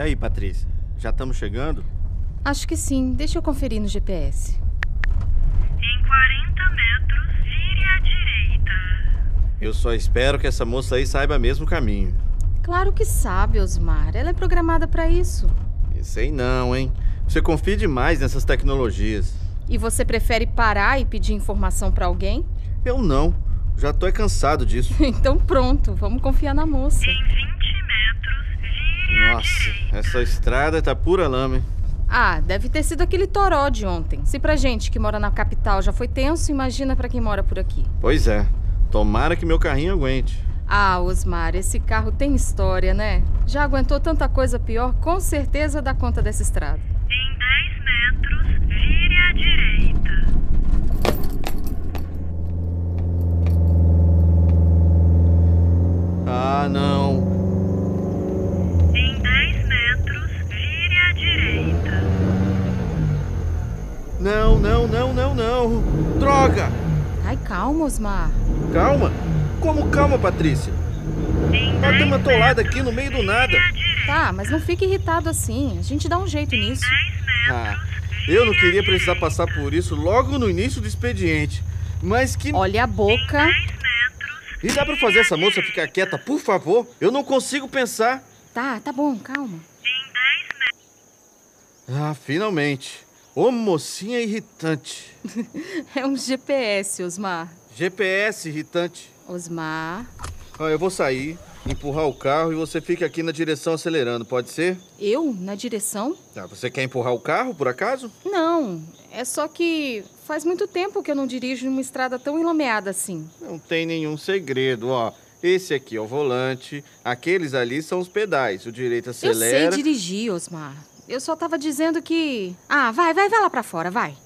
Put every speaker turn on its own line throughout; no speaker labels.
aí, Patrícia? Já estamos chegando?
Acho que sim. Deixa eu conferir no GPS.
Em 40 metros, vire à direita.
Eu só espero que essa moça aí saiba mesmo o caminho.
Claro que sabe, Osmar. Ela é programada para isso.
E Sei não, hein? Você confia demais nessas tecnologias.
E você prefere parar e pedir informação para alguém?
Eu não. Já tô é cansado disso.
Então pronto, vamos confiar na moça.
Em 20 metros, vire à
Nossa, essa estrada tá pura lama, hein?
Ah, deve ter sido aquele toró de ontem. Se pra gente que mora na capital já foi tenso, imagina pra quem mora por aqui.
Pois é. Tomara que meu carrinho aguente.
Ah, Osmar, esse carro tem história, né? Já aguentou tanta coisa pior, com certeza dá conta dessa estrada.
Em 10 metros, vire à direita.
Ah, não.
Em 10 metros, vire à direita.
Não, não, não, não, não. Droga!
Ai, calma, Osmar.
Calma. Como calma, Patrícia?
Em
Nós
10
estamos
metros,
atolados aqui no meio do nada.
vire à direita.
Tá, mas não fique irritado assim. A gente dá um jeito nisso.
10
Ah,
metros,
eu não queria precisar passar por isso logo no início do expediente. Mas que.
Olha a boca.
10 metros,
E dá pra fazer essa moça ficar quieta, por favor? Eu não consigo pensar.
Tá, tá bom, calma.
em 10 metros.
Ah, finalmente. Ô mocinha irritante.
É um GPS, Osmar.
GPS irritante.
Osmar,
Ó, eu vou sair, empurrar o carro e você fica aqui na direção acelerando, pode ser?
eu na direção?
Ah, você quer empurrar o carro, por acaso?
Não, é só que faz muito tempo que eu não dirijo numa estrada tão enlameada assim.
Não tem nenhum segredo, ó. Esse aqui é o volante, aqueles ali são os pedais. O direito acelera.
Eu sei dirigir, Osmar. Eu só tava dizendo que. Ah, vai, vai, vai lá pra fora, vai.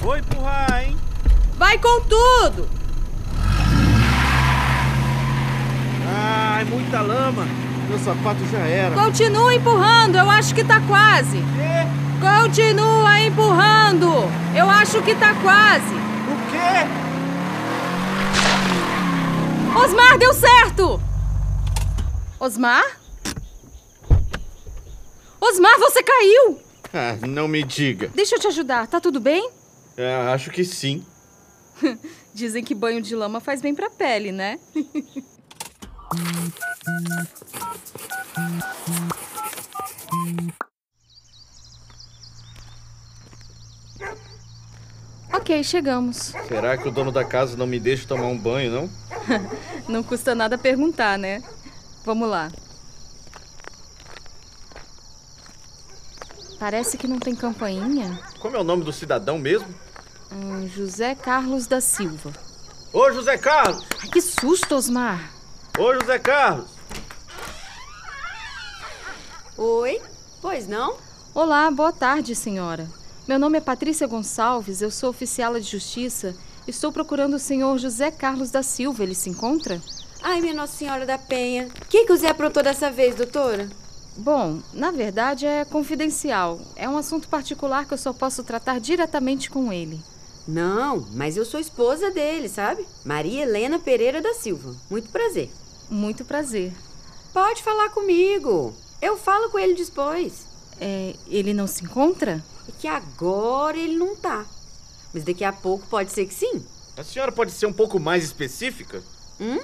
Vou empurrar, hein?
Vai com tudo!
Ai, muita lama. Meu sapato já era.
Continua empurrando, eu acho que tá quase.
Quê?
Continua empurrando, eu acho que tá quase.
O quê?
Osmar, deu certo! Osmar? Osmar, você caiu!
Ah, não me diga.
Deixa eu te ajudar, tá tudo bem?
Ah, acho que sim.
Dizem que banho de lama faz bem pra pele, né? ok, chegamos.
Será que o dono da casa não me deixa tomar um banho, não?
Não custa nada perguntar, né? Vamos lá. Parece que não tem campainha.
Como é o nome do cidadão mesmo?
Hum, José Carlos da Silva.
Ô, José Carlos!
Ai, que susto, Osmar!
Ô, José Carlos!
Oi? Pois não?
Olá, boa tarde, senhora. Meu nome é Patrícia Gonçalves, eu sou oficiala de justiça. Estou procurando o senhor José Carlos da Silva. Ele se encontra?
Ai, minha Nossa Senhora da Penha. O que, que o Zé aprontou dessa vez, doutora?
Bom, na verdade é confidencial. É um assunto particular que eu só posso tratar diretamente com ele.
Não, mas eu sou esposa dele, sabe? Maria Helena Pereira da Silva. Muito prazer.
Muito prazer.
Pode falar comigo. Eu falo com ele depois.
É, ele não se encontra?
É que agora ele não tá. Mas daqui a pouco pode ser que sim.
A senhora pode ser um pouco mais específica?
Hum?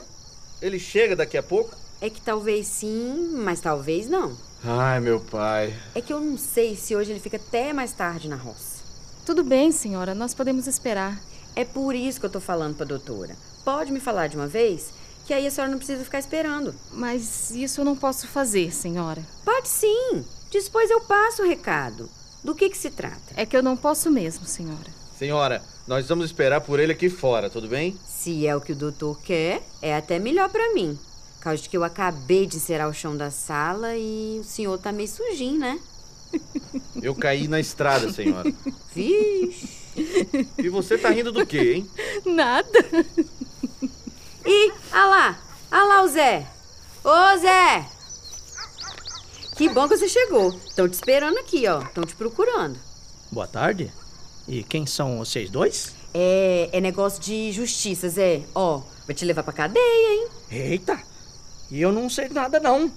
Ele chega daqui a pouco?
É que talvez sim, mas talvez não.
Ai, meu pai.
É que eu não sei se hoje ele fica até mais tarde na roça.
Tudo bem, senhora, nós podemos esperar.
É por isso que eu tô falando pra doutora. Pode me falar de uma vez? Que aí a senhora não precisa ficar esperando.
Mas isso eu não posso fazer, senhora.
Pode sim. Depois eu passo o recado. Do que que se trata?
É que eu não posso mesmo, senhora.
Senhora, nós vamos esperar por ele aqui fora, tudo bem?
Se é o que o doutor quer, é até melhor pra mim. Por causa de que eu acabei de encerar o chão da sala e o senhor tá meio sujinho, né?
Eu caí na estrada, senhora.
Vixe.
E você tá rindo do quê, hein?
Nada.
Ih, ah lá. Ah lá o Zé. Ô, Zé. Que bom que você chegou. Estão te esperando aqui, ó. Estão te procurando.
Boa tarde. E quem são vocês dois?
É, é negócio de justiça, Zé. Ó, vai te levar pra cadeia, hein?
Eita! E eu não sei nada não.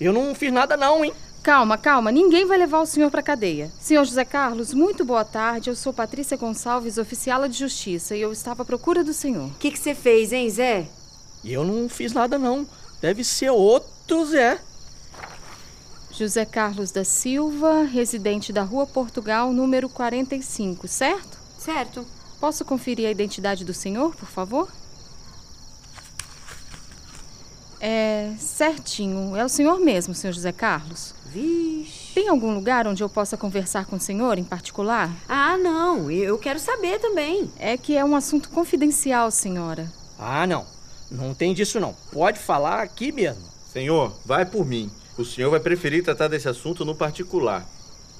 Eu não fiz nada não, hein?
Calma, calma, ninguém vai levar o senhor para cadeia. Senhor José Carlos, muito boa tarde. Eu sou Patrícia Gonçalves, oficiala de justiça, e eu estava à procura do senhor.
O que que você fez, hein, Zé?
Eu não fiz nada não. Deve ser outro Zé.
José Carlos da Silva, residente da Rua Portugal, número 45, certo?
Certo.
Posso conferir a identidade do senhor, por favor? É, certinho. É o senhor mesmo, senhor José Carlos.
Vixe.
Tem algum lugar onde eu possa conversar com o senhor em particular?
Ah, não. Eu quero saber também.
É que é um assunto confidencial, senhora.
Ah, não. Não tem disso não. Pode falar aqui mesmo.
Senhor, vai por mim. O senhor vai preferir tratar desse assunto no particular.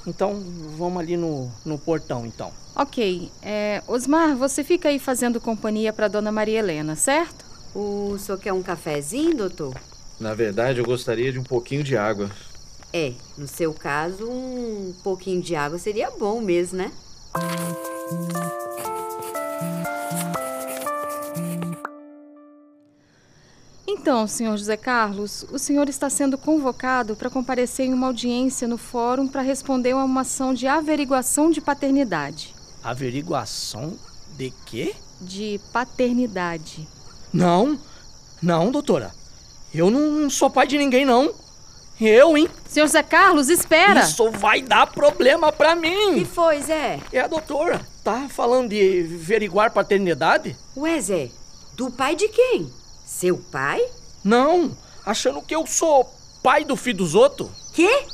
Então, vamos ali no, no portão então.
Ok. é, Osmar, você fica aí fazendo companhia para dona Maria Helena, certo?
O senhor quer um cafezinho, doutor?
Na verdade, eu gostaria de um pouquinho de água.
É, no seu caso, um pouquinho de água seria bom mesmo, né?
Então, senhor José Carlos, o senhor está sendo convocado para comparecer em uma audiência no fórum para responder a uma ação de averiguação de paternidade.
Averiguação de quê?
De paternidade.
Não. Não, doutora. Eu não sou pai de ninguém não. Eu, hein?
Senhor José Carlos, espera!
Isso vai dar problema pra
Que
mim.
foi, Zé?
É a doutora. Tá falando de averiguar paternidade?
Ué, Zé, do pai de quem? Seu pai?
Não, achando que eu sou pai do filho dos outros.
Quê?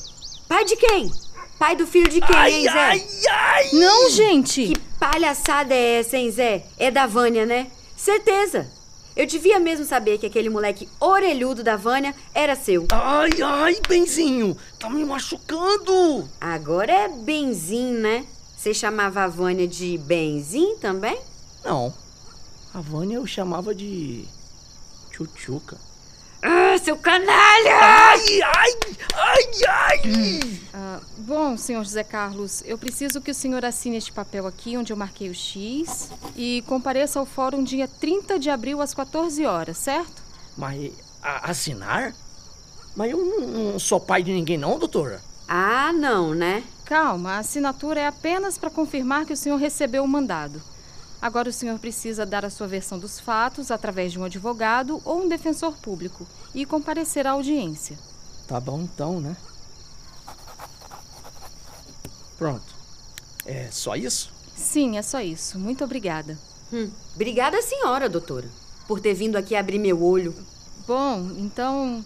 Pai de quem? Pai do filho de quem, hein,
Ai,
é, Zé?
ai, ai!
Não, gente!
Que palhaçada é essa, hein, Zé? É da Vânia, né? Certeza. Eu devia mesmo saber que aquele moleque orelhudo da Vânia era seu.
Ai, ai, benzinho, tá me machucando.
Agora é Benzinho, né? Você chamava a Vânia de Benzinho também?
Não, a Vânia eu chamava de tchutchuca.
Ah, seu canalha!
Ai, ai, ai, ai!
Ah, bom, senhor José Carlos, eu preciso que o senhor assine este papel aqui onde eu marquei o X e compareça ao fórum dia 30 de abril às 14 horas, certo?
Mas a- assinar? Mas eu não, não sou pai de ninguém não, doutora.
Ah, não, né?
Calma, a assinatura é apenas para confirmar que o senhor recebeu o mandado. Agora o senhor precisa dar a sua versão dos fatos através de um advogado ou um defensor público e comparecer à audiência.
Tá bom então, né? Pronto. É só isso?
Sim, é só isso. Muito obrigada.
Hum, Obrigada, senhora, doutora, por ter vindo aqui abrir meu olho.
Bom, então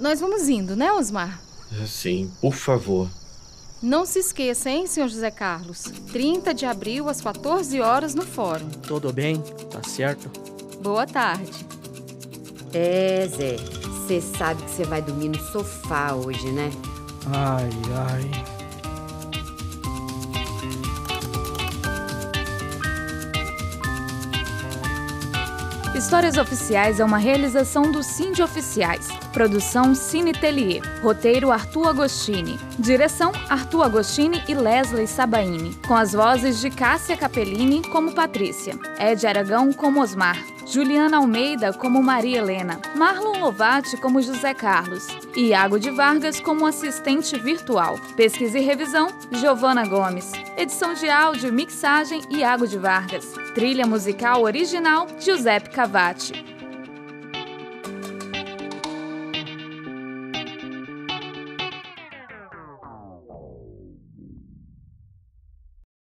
nós vamos indo, né, Osmar?
Sim, por favor.
Não se esqueça, hein, senhor José Carlos? 30 de abril, às 14 horas, no fórum.
Tudo bem, tá certo.
Boa tarde.
É, Zé, você sabe que você vai dormir no sofá hoje, né?
Ai, ai.
Histórias Oficiais é uma realização do Cindy Oficiais. Produção Cine Tellier. Roteiro Arthur Agostini. Direção Arthur Agostini e Leslie Sabaini. Com as vozes de Cássia Capellini como Patrícia. Ed Aragão como Osmar. Juliana Almeida como Maria Helena. Marlon Lovati como José Carlos. E Iago de Vargas como assistente virtual. Pesquisa e revisão Giovana Gomes. Edição de áudio, mixagem Iago de Vargas. Trilha musical original Giuseppe Cavati.